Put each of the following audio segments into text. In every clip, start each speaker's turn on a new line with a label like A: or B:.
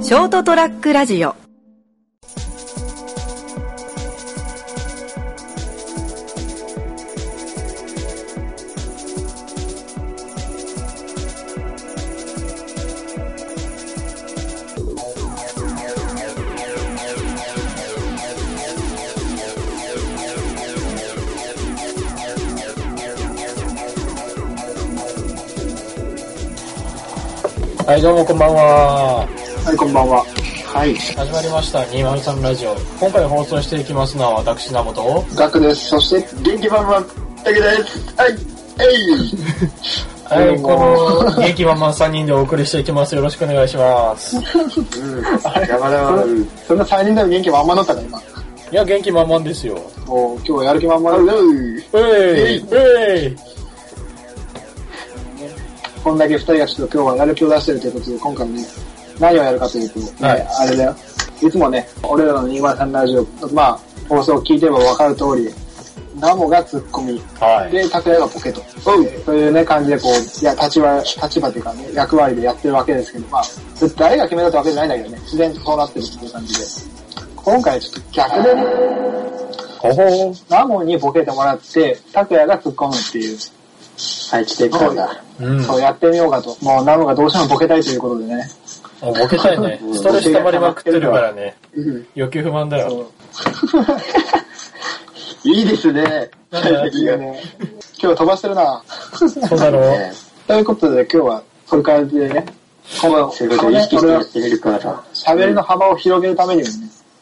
A: ショートトラックラジオ
B: はい、どうもこんばんは。
C: はい、こんばんは。はい、
B: 始まりました、203ラジオ。今回放送していきますのは私、名本。
C: ガクです。そして、元気バンバン、だけです。はい、 え
B: はい、
C: どう
B: こ
C: も
B: の、元気満々3人でお送りしていきます。よろしくお願いします。い
C: い。うん。やばいやばい。そんな3人でも元気満々だったか、今。
B: や、元気満々ですよ。
C: お今日はやる気満々だ。うん。
B: うえい、うえい。
C: こんだけ2人がちょっと今日はやる気を出してるということで、今回ね、何をやるかというと、ね
B: はい
C: あれだよ。いつもね、俺らの203ラジオ、まあ、放送を聞いてれば分かる通り、ナモがツッコミ、
B: はい。
C: で、拓也がポケと。というね、感じで、こう、いや、立場、立場というかね、役割でやってるわけですけど、まあ、誰が決めたってわけじゃないんだけどね、自然とそうなってるっていう感じで。今回ちょっと逆でね、
B: ほほー
C: ナモにボケてもらって、拓也が突っ込むっていう。はい、来て
D: たんだ
B: うん。
C: そうやってみようかと。もうナモがどうしてもボケたいということでね。
B: あボケたい ね。
C: うん
B: ストレス溜まりまくってるからね。
C: うん。
B: 余計不満だよ。
D: いいですね。
B: なんだよ
C: いいよね。今日飛ばしてるな。
B: そうだろう
D: ね。
C: ということで、今日は、これからでね、この、
D: そういうことを意識してやってみるから。
C: 喋りの幅を広げるためにもね、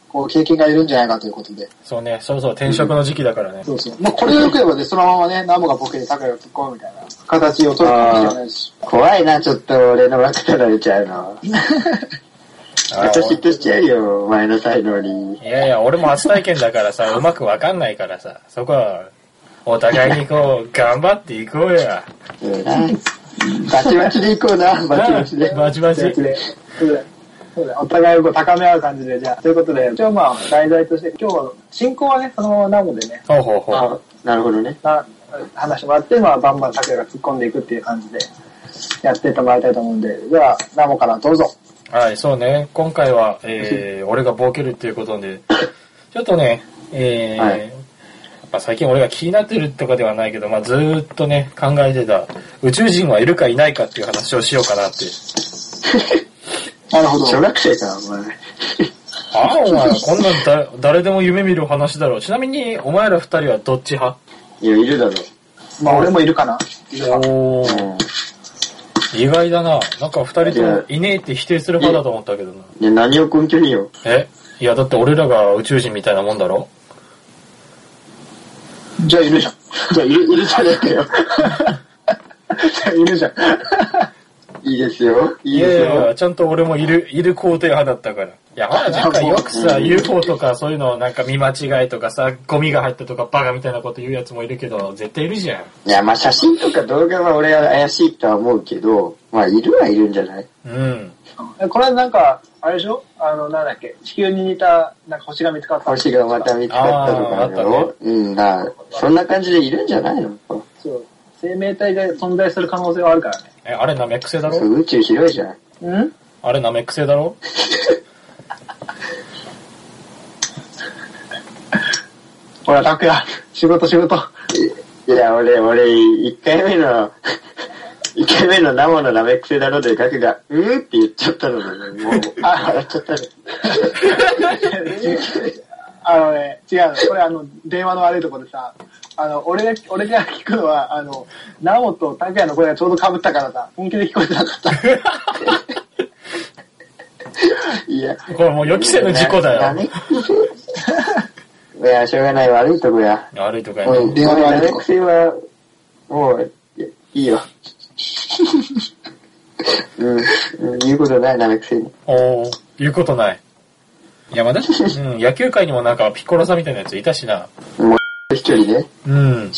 C: こう経験がいるんじゃないかということで。
B: そうね、そろそろ転職の時期だからね。
C: そうそう。もうこれを良ければね、そのままね、ナモがボケでタカが突っ込むみたいな形を取るわけじゃないし。
D: 怖いな、ちょっと俺の枠取られちゃうの。
B: あ
D: 私嫉妬しちゃうよ、お前の才能に。
B: いやいや、俺も初体験だからさ、うまくわかんないからさ、そこは、お互いにこう、頑張っていこうや。
D: ええな。バチバチで行こうな、バチバチで。
B: バチバチ。
C: そうだよそうだよそうだよお互いをこう高め合う感じで、じゃあ、ということで、一応まあ、題材として、今日は、進行はね、そのままナモでね、
B: ほうほうほう。
D: あなるほどね。
C: な話してもらって、まあ、バンバンタカが突っ込んでいくっていう感じで、やってってもらいたいと思うんで、では、ナモからどうぞ。
B: はい、そうね。今回は、えー、俺がボケるっていうことで、ちょっとね、えー、
D: はい
B: やっぱ最近俺が気になってるとかではないけど、まあずーっとね、考えてた、宇宙人はいるかいないかっていう話をしようかなって。
C: なるほ
D: 小学生か、お前。
B: ああ、お前、こんなんだ誰でも夢見る話だろう。ちなみに、お前ら二人はどっち派
D: いや、いるだろ。
C: まあ、俺もいるかな。
B: お
D: う
B: ー。
D: ん
B: 意外だな。なんか二人ともいねえって否定する派だと思ったけどな。
D: いや。何を根拠によ。
B: えいや、だって俺らが宇宙人みたいなもんだろ
C: じゃあ、いる じゃん。
D: じゃあ、いる、いるじゃねえかよ。
C: じゃあ、いるじゃん。
D: いいですよ。い
B: い
D: いで
B: や
D: す
B: いや、
D: よ。
B: ちゃんと俺もいる、いる肯定派だったから。いや、ほら、なんかよくさ、
D: うん
B: UFO とかそういうのをなんか見間違いとかさ、ゴミが入ったとかバカみたいなこと言うやつもいるけど、絶対いるじゃん。
D: いや、まあ写真とか動画は俺は怪しいとは思うけど、まあいるはいるんじゃない
B: うん。
C: えこれなんか、あれでしょあの、なんだっけ、地球に似た、なんか星が見つかった。
D: 星がまた見つかったとかだ
B: あーあっ
D: ろ、うん、なそんな感じでいるんじゃないのそ
C: そう。生命体で存在する可能性はあるからね。
B: え、あれナメック星だろ
D: う宇宙広いじゃん。
C: うん
B: あれナメック星だろ
C: ほら、拓也、仕事仕 事。
D: いや、俺、俺、一回目の、 一回目の生のナメック星だろで、ガクが、うーって言っちゃったのだね。もう、あ、笑っちゃったね。
C: あのね、違うの。これあの、電話の悪いとこでさ、あの、俺が、俺が聞くのは、あの、ナモと拓也の声がちょうど被ったからさ、本気で聞こえてなかった。
D: いや。
B: これもう予期せぬ事故だ
D: ナ
B: よ。
D: メック星 いや、しょうがない、悪いとこや。
B: 悪いとかや
D: う
B: ね
D: ん、。
C: 電話の
D: ナ
C: 悪
D: メ
C: いと
D: ック
C: こ
D: 星は、もう、いやいいよ。 うん、うん言うことない、ナメック星に。
B: おー、言うことない。いや、まだ、うん、野球界にもなんかピッコロさんみたいなやついたしな。
D: 一人ね。
B: うん。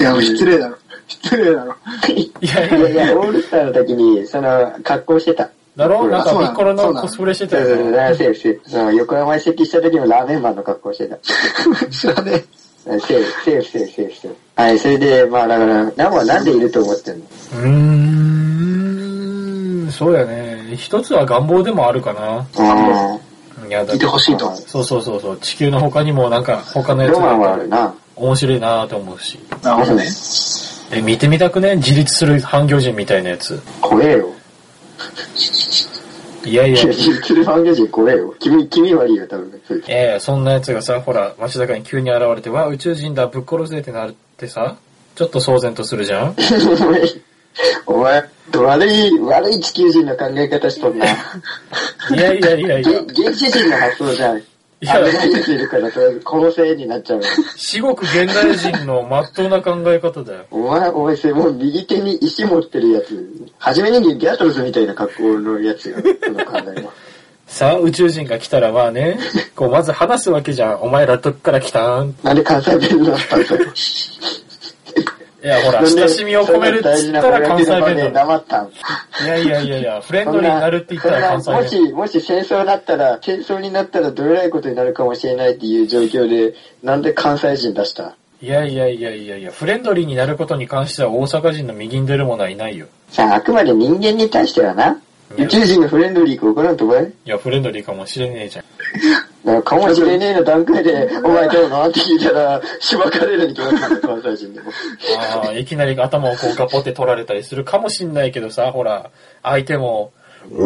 C: いや、失礼だろ。失礼だろ。
B: いやい
D: い
B: や
D: や
B: い
D: い
B: や、
D: や、オールスターの時に、その、格好してた。
B: だろ
D: 俺
B: なん
D: は
B: かピ
C: そうなの
B: ッコロ
C: そ
B: の
C: うなの
B: コスプレしてた
D: そうそ
B: よ
D: うそう、
B: ね。
D: ラーセーフセーフ。その、横浜移籍した時もラーメンマンの格好してた。
C: 知らね
D: セーフ、セーフ、セーフ、セーフセーフ。はい、それで、まあだから、ナモはなんでいると思ってんの
B: うーん、そうやね。うん、一つは願望でもあるかな。
D: あ
B: いや、だ
C: いてほしいと。
B: そうそうそうそう、地球の他にもなんか他の
D: あ。
B: やつ
D: ロマンはあ
B: が
D: るな。
B: 面白いなと思うし。
C: なるほどね。
B: え、見てみたくね自立する半魚人みたいなやつ。
D: 怖えよ。
B: いやい
D: い
B: や
D: や、、キルファンゲージ怖えよ。君、君はいいよ、多分。そういう
B: ええそんなやつがさ、ほら、街中に急に現れて、わ、宇宙人だ、ぶっ殺せってなるってさ、ちょっと騒然とするじゃん
D: お前、悪い、悪い地球人の考え方しとんな。
B: いやいやいやいや
D: げ。原始人の発想じゃん。
B: い
D: あ
B: や
D: れがいるから、とりあえず構成になっちゃう。
B: 至極現代人の真っ当な考え方だよ。
D: お前、お前、もう右手に石持ってるやつ。はじめにギャトルズみたいな格好のやつが、その考えは。
B: さあ、宇宙人が来たらまあ ね、こう、まず話すわけじゃん。お前らどっから来たん
D: なんで関西弁だったんだよ。
B: いや、ほら、
D: なんで
B: 親しみを込めるっつったら関西
D: そんな大事な
B: 弁
D: 場面で
B: だろ。
D: 黙ったん
B: いやいやいやいや、フレンドリーになるって言ったら関
D: そんなも
B: 西弁。
D: し、もし戦争だったら、戦争になったらどれらいことになるかもしれないっていう状況で、なんで関西人出した
B: いやいやいやいやいや、フレンドリーになることに関しては大阪人の右に出る者はいないよ。
D: さあ、あくまで人間に対してはな、
B: いや
D: 宇宙人のフレンドリーか分からんとこい
B: いや、フレンドリーかもしれねえじゃん。
D: だからかもしれねえの段階で、お前どうなって聞いたら、しばかれるに決まってる関西人でも。
B: ああ、いきなり頭をこうガポって取られたりするかもしんないけどさ、ほら、相手も、って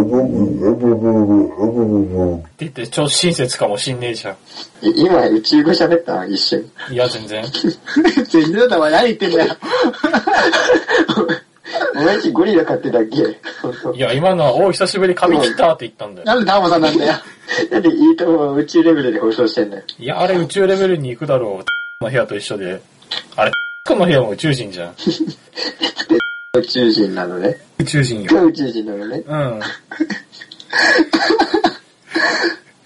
B: 言って超親切かもしんねえじゃ
D: い今、宇宙語喋った一 瞬。
B: ん。いや、全然。
C: 全然だ、お前何言ってんだよ。
D: お前んちゴリラ飼ってたっけそう そう
B: いや、今のは、おう、久しぶり髪切ったって言ったんだよ。
C: なんでダーマさんなんだよ。
D: なんでいいとも宇宙レベルで放送してんだよ。
B: いや、あれ宇宙レベルに行くだろう。の部屋と一緒で。あれ、この部屋も宇宙人じゃん。
D: 宇宙人なのね。
B: 宇宙人よ。
D: が宇宙人なのね。
B: うん。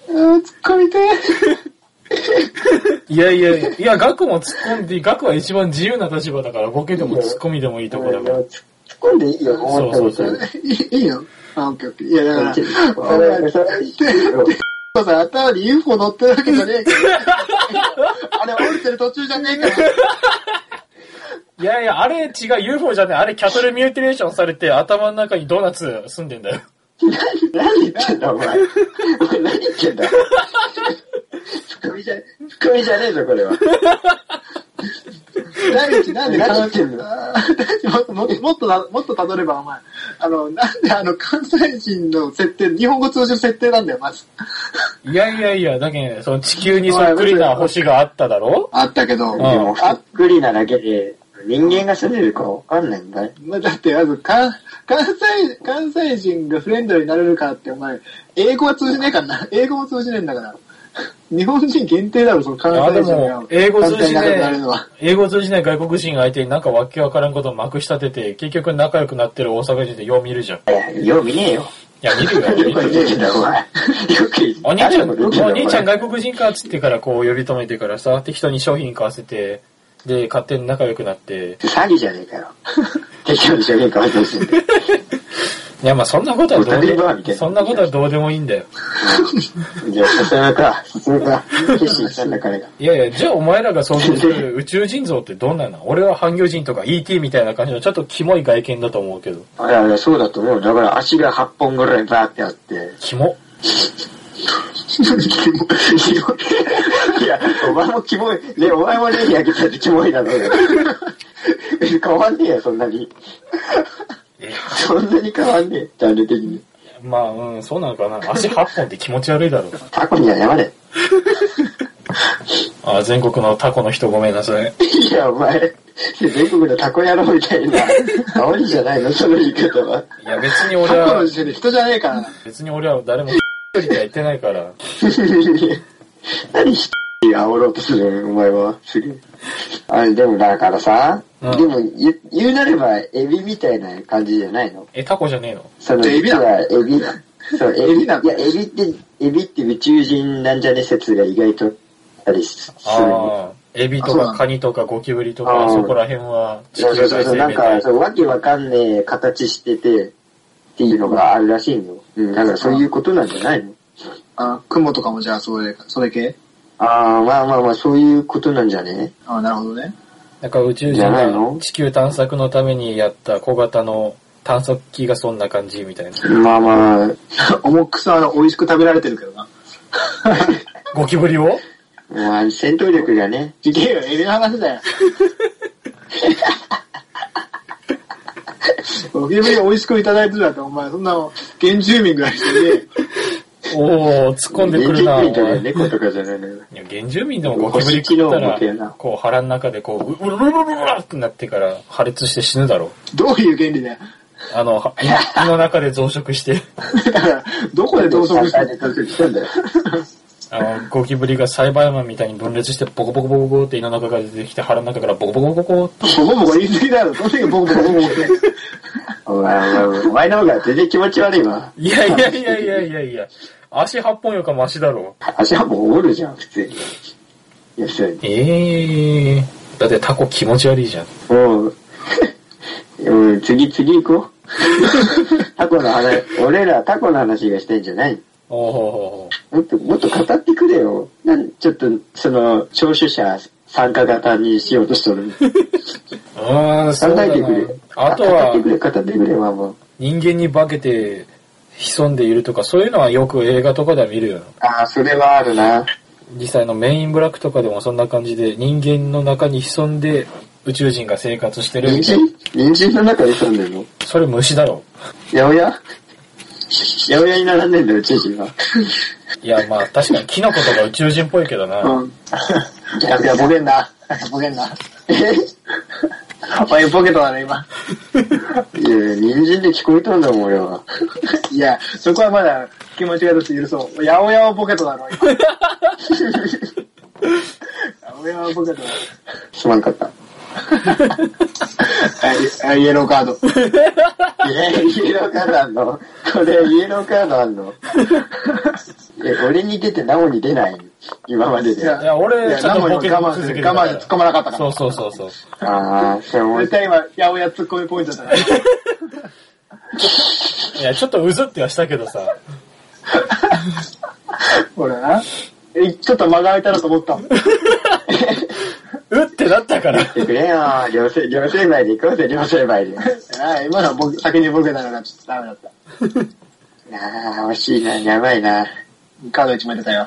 C: うん、突っ込みて
B: いやいやいや、いや、ガクも突っ込んで、ガクは一番自由な立場だから、ボケでも突っ込みでもいいとこ
D: で
B: だ
D: も
B: から。
D: 突っ込んでいいよ、思ったこと
B: そうそうそ
D: そ
C: ー いいいいよ。あ、オッケーオッケー。いや、だから、
D: それそれ
C: そうさ、頭に UFO 乗ってるわけじゃねえから。あれ、降りてる途中じゃねえから。
B: いやいや、あれ違う、UFO じゃねえ、あれキャトルミューティレーションされて、頭の中にドーナツ住んでんだよ。
D: 何何言ってんだ、お前。お前何言ってんだ。ツッコミじゃ、ツッコミじゃねえぞ、これは。
C: 何日なんで
D: 何言ってんの
C: あーもっともっと、もっとな、もっと辿れば、お前。あの、なんであの、関西人の設定、日本語通じる設定なんだよ、まず。
B: いやいやいや、だけど、その地球にそっくりな星があっただろ
C: あったけど、
B: ん
D: でも、
C: あ
D: そっくりなだけで、人間が住めるかわかんないんだよ。
C: まあだって、まず、関、関西、関西人がフレンドになれるかって、お前、英語は通じねえからな。英語も通じねえんだから。日本人限定だろ、その関
B: あ、で
C: 西人が
B: も。、英語通じ
C: 関西人にな
B: ね
C: れるのは。
B: え、英語通じない外国人相手になんかわけわからんことをまくしたてて、結局仲良くなってる大阪人でよう見るじゃん。い
D: いやよう見ねえよ。
B: や、見るよ、
D: よ
B: 見
D: く
B: る
D: 言
B: よ
D: っ。てんだ、お前。よく言って
B: お兄ちゃん、
D: 誰のこと言ってだ
B: お兄ちゃん
D: お前
B: 外国人かっつってからこう呼び止めてからさ、適当に商品買わせて、で、勝手に仲良くなって。
D: 詐欺じゃねえかよ。適当に証言かわせてほしいんだよ。
B: いや、まあそんなことはどう
D: お互いバーみた
B: でも、
D: いな
B: そんなことはどうでもいいんだよ。
D: じゃあ、進むか、進むか。決心したんだ、彼が。
B: いやいや、じゃあお前らが想像する宇宙人像ってどんなの俺は半魚人とか ET みたいな感じのちょっとキモい外見だと思うけど。
D: あれあれ、そうだと思う。だから足が8本ぐらいバーってあって。
B: キモ。
D: キモいキモいいや、お前もキモい。ね、お前もね、焼けちゃってキモいだろ。変わんねえよ、そんなに。
B: え
D: そんなに変わんねえ、ジャンル的に。
B: まあ、うん、そうなのかな。足8本って気持ち悪いだろう。
D: タコには謝れ。
B: あ、全国のタコの人ごめんなさい。
D: いや、お前、全国のタコ野郎みたいな、煽りじゃないの、その言い方は。
B: いや、別に俺
C: 過去
B: は
C: の、時点で人じゃねえからな。
B: 別に俺は誰も一人では言ってないから。
D: 何ひっ煽ろうとするのお前は。すげえ。あれ、でもだからさ、
B: うん
D: でも言う言うなれば、エビみたいな感じじゃないの
B: え、タコじゃねえの
D: その
C: エビなの
D: 実はエビなそう、エビ
C: エビなの
D: いや、エビって、エビって宇宙人なんじゃね説が意外とあったりするの。
B: ああ、エビ
C: あ
B: と
C: そうな
B: か
C: の
B: カニとかゴキブリとか
D: あ、ー
B: そこら辺は地
D: そうそ
B: 球
D: うそう
B: 外
D: そう、
B: 生
D: なん
B: 命体
D: か、。そう、わけわかんねえ形してて、っていうのがあるらしいの。うん、だからそういうことなんじゃないの
C: あ、雲とかもじゃあ、それ、それ系
D: ああ、まあまあまあ、そういうことなんじゃね
C: あなるほどね。
B: なんか宇宙
D: じ
B: 人
D: ゃない
B: が
D: の
B: 地球探索のためにやった小型の探索機がそんな感じみたいな。
D: まあまあ、
C: 重くそあの、美味しく食べられてるけどな。
B: ゴキブリを
D: まあ、戦闘力がね、
C: いけよ、エビの話 だよ。ゴキブリ美味しくいただいてるだって、お前、そんなの、原住民ぐらいしてね、
B: おお突っ込んでくるな
D: 人間と
B: お
D: か
B: い
D: 猫とかじゃないのよ。
B: いや原住民でもゴキブリ食ったら、こう腹の中でこう、ううるるるるるってなってから破裂して死ぬだろう。
C: どういう原理だよ。
B: あの、は胃の中で増殖して、
C: だから、どこで同足して
D: 簡単
C: る
D: に拘束したんだよ。
B: あの、ゴキブリが栽培マンみたいに分裂して、ボコボコボコボコって胃の中から出てきて、腹の中からボコボコボコボコって。
C: ボコボコ言い過ぎだろ。その時ボコボコボコボコって。
D: お前、お前、お前の方が全然気持ち悪いわ。
B: いやいやいやいやいやいや、足8本よかマシだろう。
D: 足はもう折るじゃん、普通に。いや、そう
B: ええー。だってタコ気持ち悪いじゃん。
D: もう、 うん、次、次 行こう。タコの話、俺らタコの話がしてんじゃない
B: おお
D: もっと、もっと語ってくれよ。なん、ちょっと、その、聴取者参加型にしようとしとる。考
B: うーん、そうだ
D: え
B: な
D: てくれ。
B: あと
D: 語ってく
B: は、
D: れ、語ってくれ、まあもう。
B: 人間に化けて潜んでいるとか、そういうのはよく映画とかでは見るよ。
D: ああ、それはあるな。
B: 実際のメインブラックとかでもそんな感じで、人間の中に潜んで宇宙人が生活してる
D: 人
B: みたいな。
D: 参人参の中に住んでんの
B: それ虫だろ。
D: 八百屋八百屋に並んでんだよ、宇宙人は。
B: いや、まあ確かにキノコとか宇宙人っぽいけどな。
C: うん。いや、いや、ボケんな。 ボケんな。
D: え
C: おい、ボケとはね、今。
D: いや、人参で聞こえたんだもん、俺は。
C: いや、そこはまだ気持ちがどって許そう。やおやおポケットだろ、 今。やおやおポケットだ
D: すまんか った。
C: ろ。はい、イエローカード。
D: いや、イエローカードあんのこれ、イエローカードあんのえ、俺に出てナモに出ない今まで
C: い
D: で。
C: や
D: あ
B: いや、
C: い
B: 俺、
C: や
B: ちゃんとボケ
C: 我慢
B: 続け
C: して
B: るから
C: 我慢して突っ込まなかったか
B: そ
C: ら。
B: うそうそうそう。
D: あー、それも
C: 絶、対今、やおや突っ込みポイントだから。
B: いや、ちょっとうずってはしたけどさ。
C: ほらな。え、ちょっと間が空いたなと思ったもん。
B: うってなったから。
D: 言ってくれよ。両成、両成敗で行こうぜ、両成敗で。
C: あ今のはボケ先にボケたのがちょっとダメだった。
D: あー、惜しいな、やばいな。
C: カード1枚出たよ。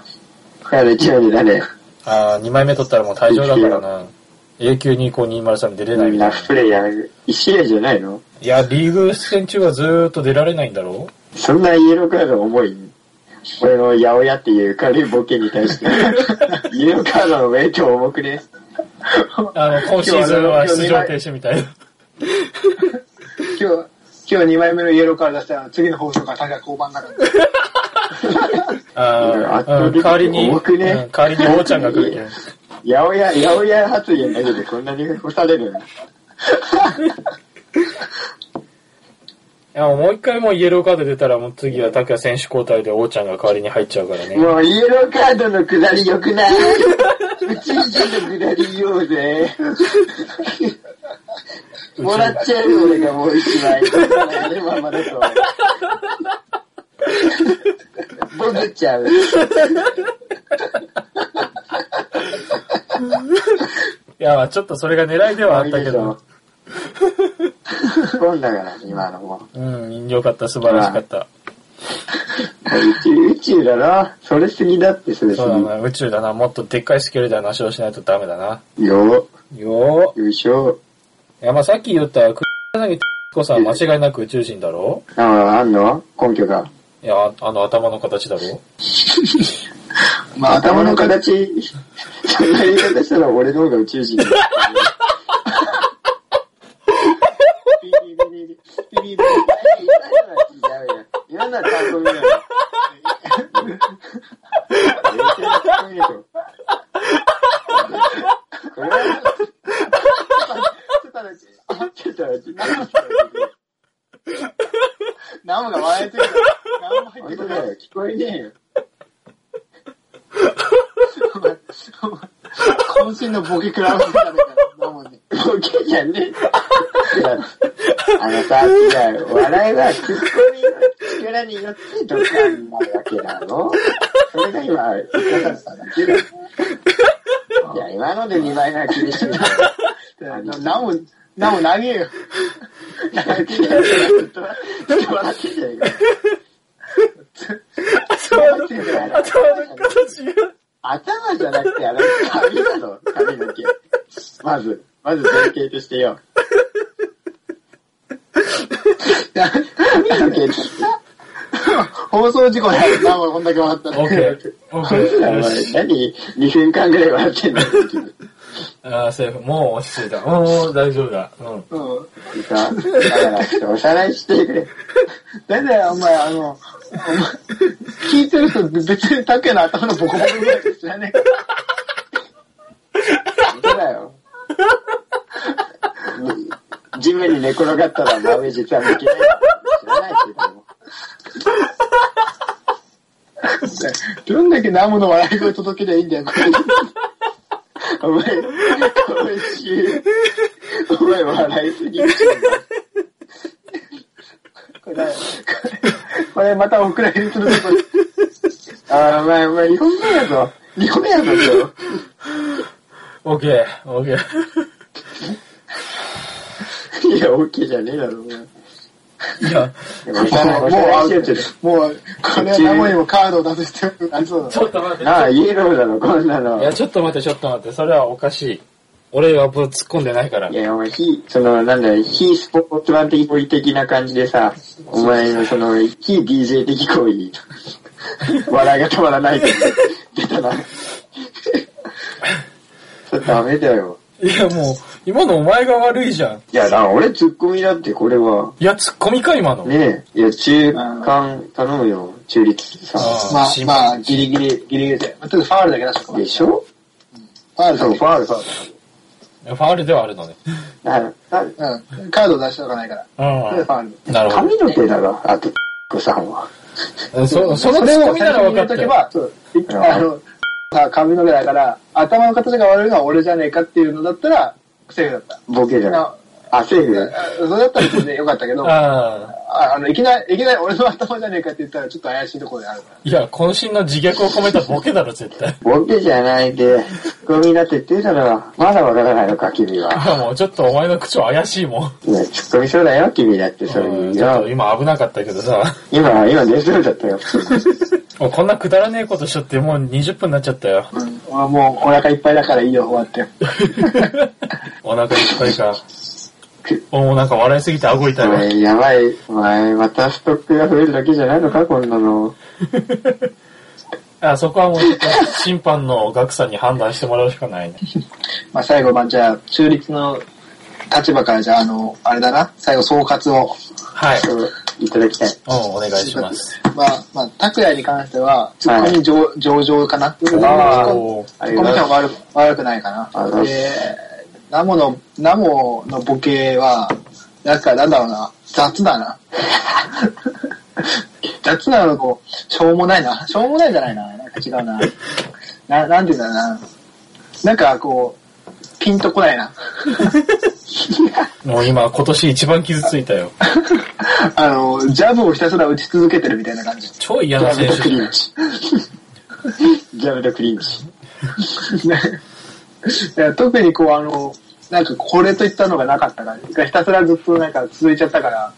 D: これで一応で誰
B: ああ、2枚目取ったらもう退場だからな。永久にこう203出れないみたい
D: ラ
B: な。
D: フプレイヤー、一試合じゃないの
B: いや、リーグ戦中はずーっと出られないんだろ
D: そんなイエローカード重い俺の八百屋っていう軽いボケに対して、イエローカードの影響重くね
B: あの、今シーズンは出場停止みたいな。
C: 今日、今日2枚目のイエローカード出したら次の放送から確か交番に なる。
B: あ
D: 圧
B: あ、うん
D: 倒的に
B: 代わりに、
D: 重くね
B: うん代わりにおーちゃんが来るけん。
D: 八百屋、八百屋発言だけでこんなに干されるの
B: いや、もう一回もうイエローカード出たら、もう次は拓也選手交代でおーちゃんが代わりに入っちゃうからね。
D: もうイエローカードの下り良くない宇宙人の下り言おうぜ。もらっちゃうよ俺がもう一枚。あのままだと。ボグっちゃう。
B: いや、まあちょっとそれが狙いではあったけど。
D: 今だから、今のも。
B: うん、よかった、素晴らしかった。
D: 宇宙、宇宙だな。それすぎだって、それす
B: そうだな、宇宙だな、もっとでっかいスケールで話をしないとダメだな。
D: ぎ。よ、
B: よー。
D: よいしょ。
B: いや、まあさっき言った、く柳徹子さんは間違いなく宇宙人だろ
D: ああ、あんの根拠が。
B: いや、あの頭の形だろ
C: まあ、頭の
D: 頭の
C: 中で、
D: 形、そんな言い方したら俺の方が宇宙人だ。
C: ピリピリピリピリピリ
D: 今のはちゃんと見ない。
C: ちょっと待って
D: これは、ちょっと待って、
C: ナムが笑えてる。ナムも入ってく
D: 本当
C: る。
D: だよ、聞こえねえよ。
C: 渾身のボケ食らわせたみたいな。ナムに。
D: ボケじゃねえ。いやあのさ、違う、笑いはツッコミの力によってどっかになるわけだろそれが今、言い方だっただけだ。いや、今ので2倍なら厳しいな。
C: ナム、ナム投げよ。
D: 泣きながらずっと笑ってんじゃねえか。
B: 頭の、頭の形が。
D: 頭じゃなくて、あの、髪だろ、髪の毛。まず、まず前提としてよ。髪の毛
C: 放送事故だよな、もうこんだけ笑った
B: オッケー。オッケ
D: お
B: ー。
D: 前
B: よし。
D: 何 ?2 分間ぐらい笑ってんの
B: ああ、セーフ。もう落ち着いた。もう大丈夫だ。うん。
C: うん。
D: いいかだから、ちょっとおさらいしてくれ。
C: だいたいお前、あの、お前、聞いてる人別にタケの頭のボコボコぐらいしか知らねえから。
D: 本当だよ。地面に寝転がったら豆実は向きない。知らないけども。
C: どんだけ生の笑い声届けりゃいいんだよ、こ
D: お前、今週、お前笑いすぎる。
C: れ。これ、これまたお蔵入りするとこ
D: あー、お前、お前、日本語やぞ。日本語やぞ、今日。
B: オッケー。オッケー。
D: いや、オッケーじゃねえだろ、お前。
B: いや、
D: もう、もう、
C: もうアウ
D: も
C: ト
D: う、
C: もう、これは名古屋にもカードを出す必要がありそうだな
B: ちょっと待って。
D: なあ、イエローだろ、こんないの
B: や、。ちょっと待って、ちょっと待って。それはおかしい。俺はぶ突っ込んでないから
D: い。や、お前、非、その、なんだよ、非スポーツマン的行為的な感じでさ、お前のその、非 DJ 的行為、笑いが止まらないって出たな。それダメだよ。
B: いや、もう、今のお前が悪いじゃん。
D: いや、だ、俺ツッコミだって、これは。
B: いや、突っ込みか、今の。
D: ねえ、いや、中間頼むよ、中立さ。
B: あ
C: まあ
B: 心、配
C: まあ、ギリギリ、ギリギリで。まあ、ちょっとファールだけ出しとこう
D: でしょ
C: ファール
D: そう、
C: だ
D: ファール、ファー
B: ファールではあるのね。
D: ル。あ
C: け。
D: あ
C: うん。カード出しておかないから。それでファール。
B: うん。なるほ
D: 髪の毛だろ、あと、子さんは。
B: ど。そ、その突っ込みなら分かったよ。
C: それを最初に入れとけばそうあの、さ、髪の毛だから、頭の形が悪いのは俺じゃねえかっていうのだったら、セーフだった。
D: ボケじゃない
C: な。
D: あ、セーフ
C: あそれだったら全然よかったけど、あ
B: ああ。
C: あの、いきなり、いきなり俺の頭じゃねえかって言ったらちょっと怪しいところであるから。
B: いや、渾身の自虐を込めたボケだろ、絶対。
D: ボケじゃないで、ツッコミだって言ってるだろ。まだわからないのか、君は。
B: 今もうちょっとお前の口調怪しいもん。
D: いやツッコミそうだよ、君だって、それ
B: うん
D: に
B: ちょっ
D: よ
B: と。今危なかったけどさ。
D: 今、今、寝そうだったよ。
B: もうこんなくだらねえことしちゃって、もう20分になっちゃった よ。
C: 俺もうお腹いっぱいだからいいよ、終わって。
B: お腹いっぱいか。おうなんか笑いすぎて顎
D: お
B: 痛いわ。
D: 前、やばい。お前、またストックが増えるだけじゃないのか、こんなの。
B: あ、そこはもうちょっと審判の学さんに判断してもらうしかないね。
C: まあ、最後、まあ、じゃあ、中立の立場から、じゃあ、あの、あれだな、最後、総括を。
B: はい。うん、
D: そういただきたい。
B: お願いします。
C: まあ、まあ、拓也に関しては、ツッコミ上,、上々かな。ツッコミ
D: あー
B: おー
D: あ
C: ツ
D: り
C: ッ
D: が
C: コミ上
D: とうござ
C: 悪
D: いま
C: く悪くないか
D: ありがとう
C: な。
D: ござい
C: で、ナモの、ナモのボケは、なんか、なんだろうな、雑だな。 雑なのこう、しょうもないな。しょうもないじゃないな。なんか違うな。な、なんていうんだろうな。なんか、こう、ピンとこない な。
B: もう今、今年一番傷ついたよ。
C: あの、ジャブをひたすら打ち続けてるみたいな感じ。
B: 超嫌
D: す。
B: な
D: ジャ
B: 選
D: ムと
B: 手
D: クリ
B: じ
D: ンチ。ジャムとクリンチ。
C: ね いや特にこうあの、なんかこれといったのがなかったから、ひたすらずっとなんか続いちゃったから、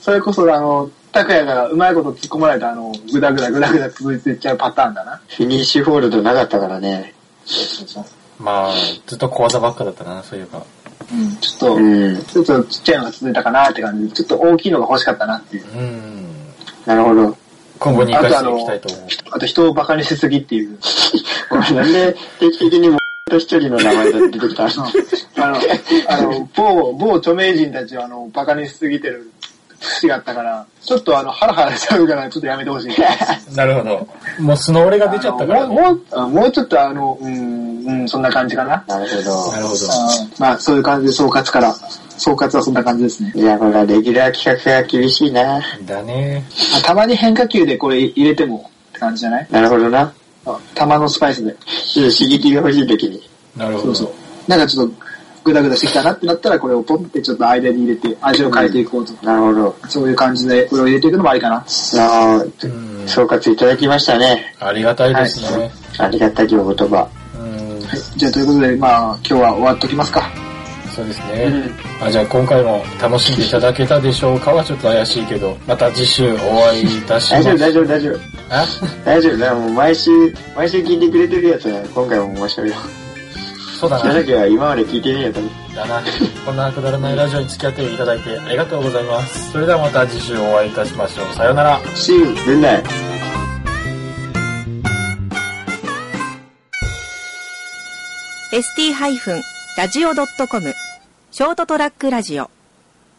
C: それこそあの、拓也がうまいこと突っ込まないとあの、ぐだぐだぐだぐだ続いていっちゃうパターンだな。
D: フィニッシュホールドなかったからね。
B: まあ、ずっと小技ばっかだったな、そういえば。
C: うん、ちょっと、
D: うん。
C: ちょっとちっちゃいのが続いたかなって感じで、ちょっと大きいのが欲しかったなっていう。
B: うん。
D: なるほど。
B: 今後に生かしていきたいと思う。
C: あと人をバカにしすぎっていう。
D: お前なんで定期的にもと一人の名前が出てきたの
C: あの、あの、某、某著名人たちをあの、バカにしすぎてる節があったから、ちょっとあの、ハラハラしちゃうから、ちょっとやめ てほしい。
B: なるほど。もう素の俺が出ちゃったから、
C: あの
B: ね。
C: もう、もう、もうちょっとあの、うん、うん、そんな感じかな。
D: なるほど。
B: なるほど。
C: まあ、そういう感じで総括から。総括はそんな感じですね。
D: いや、これはレギュラー企画が厳しいな。
B: だね。
C: あたまに変化球でこれ入れてもって感じじゃない
D: なるほどな。
C: あたまのスパイスで。
D: ちょっと刺激が欲しい時に。
B: なるほ
C: そ
B: ど。
C: うそう。なんかちょっと、グダグダしてきたなってなったら、これをポンってちょっと間に入れて、味を変えていこうと。
D: なるほど。
C: そういう感じで、これを入れていくのもありかな。
D: なあ、
B: うん
D: 総括いただきましたね。
B: ありがたいですね。
D: ありがたきお言葉。
B: うん。
C: じゃあ、ということで、まあ、今日は終わっときますか。
B: そうですね、あじゃあ今回も楽しんでいただけたでしょうかはちょっと怪しいけどまた次週お会いいたしま す
D: 大丈夫、大丈夫、大丈夫。
B: あ
D: 大丈夫だよ、もう毎週、毎週聞いてくれてるやつは、今回も面白いよ。
B: そうだ
D: 聞か
B: な
D: なきゃ今まで聞いてねえやつ
B: だなこんなくだらないラジオに付き合っていただいてありがとうございますそれではまた次週お会いいたしましょうさようなら
D: シーン、出ない。
A: ST-radio.com ショートトラックラジオ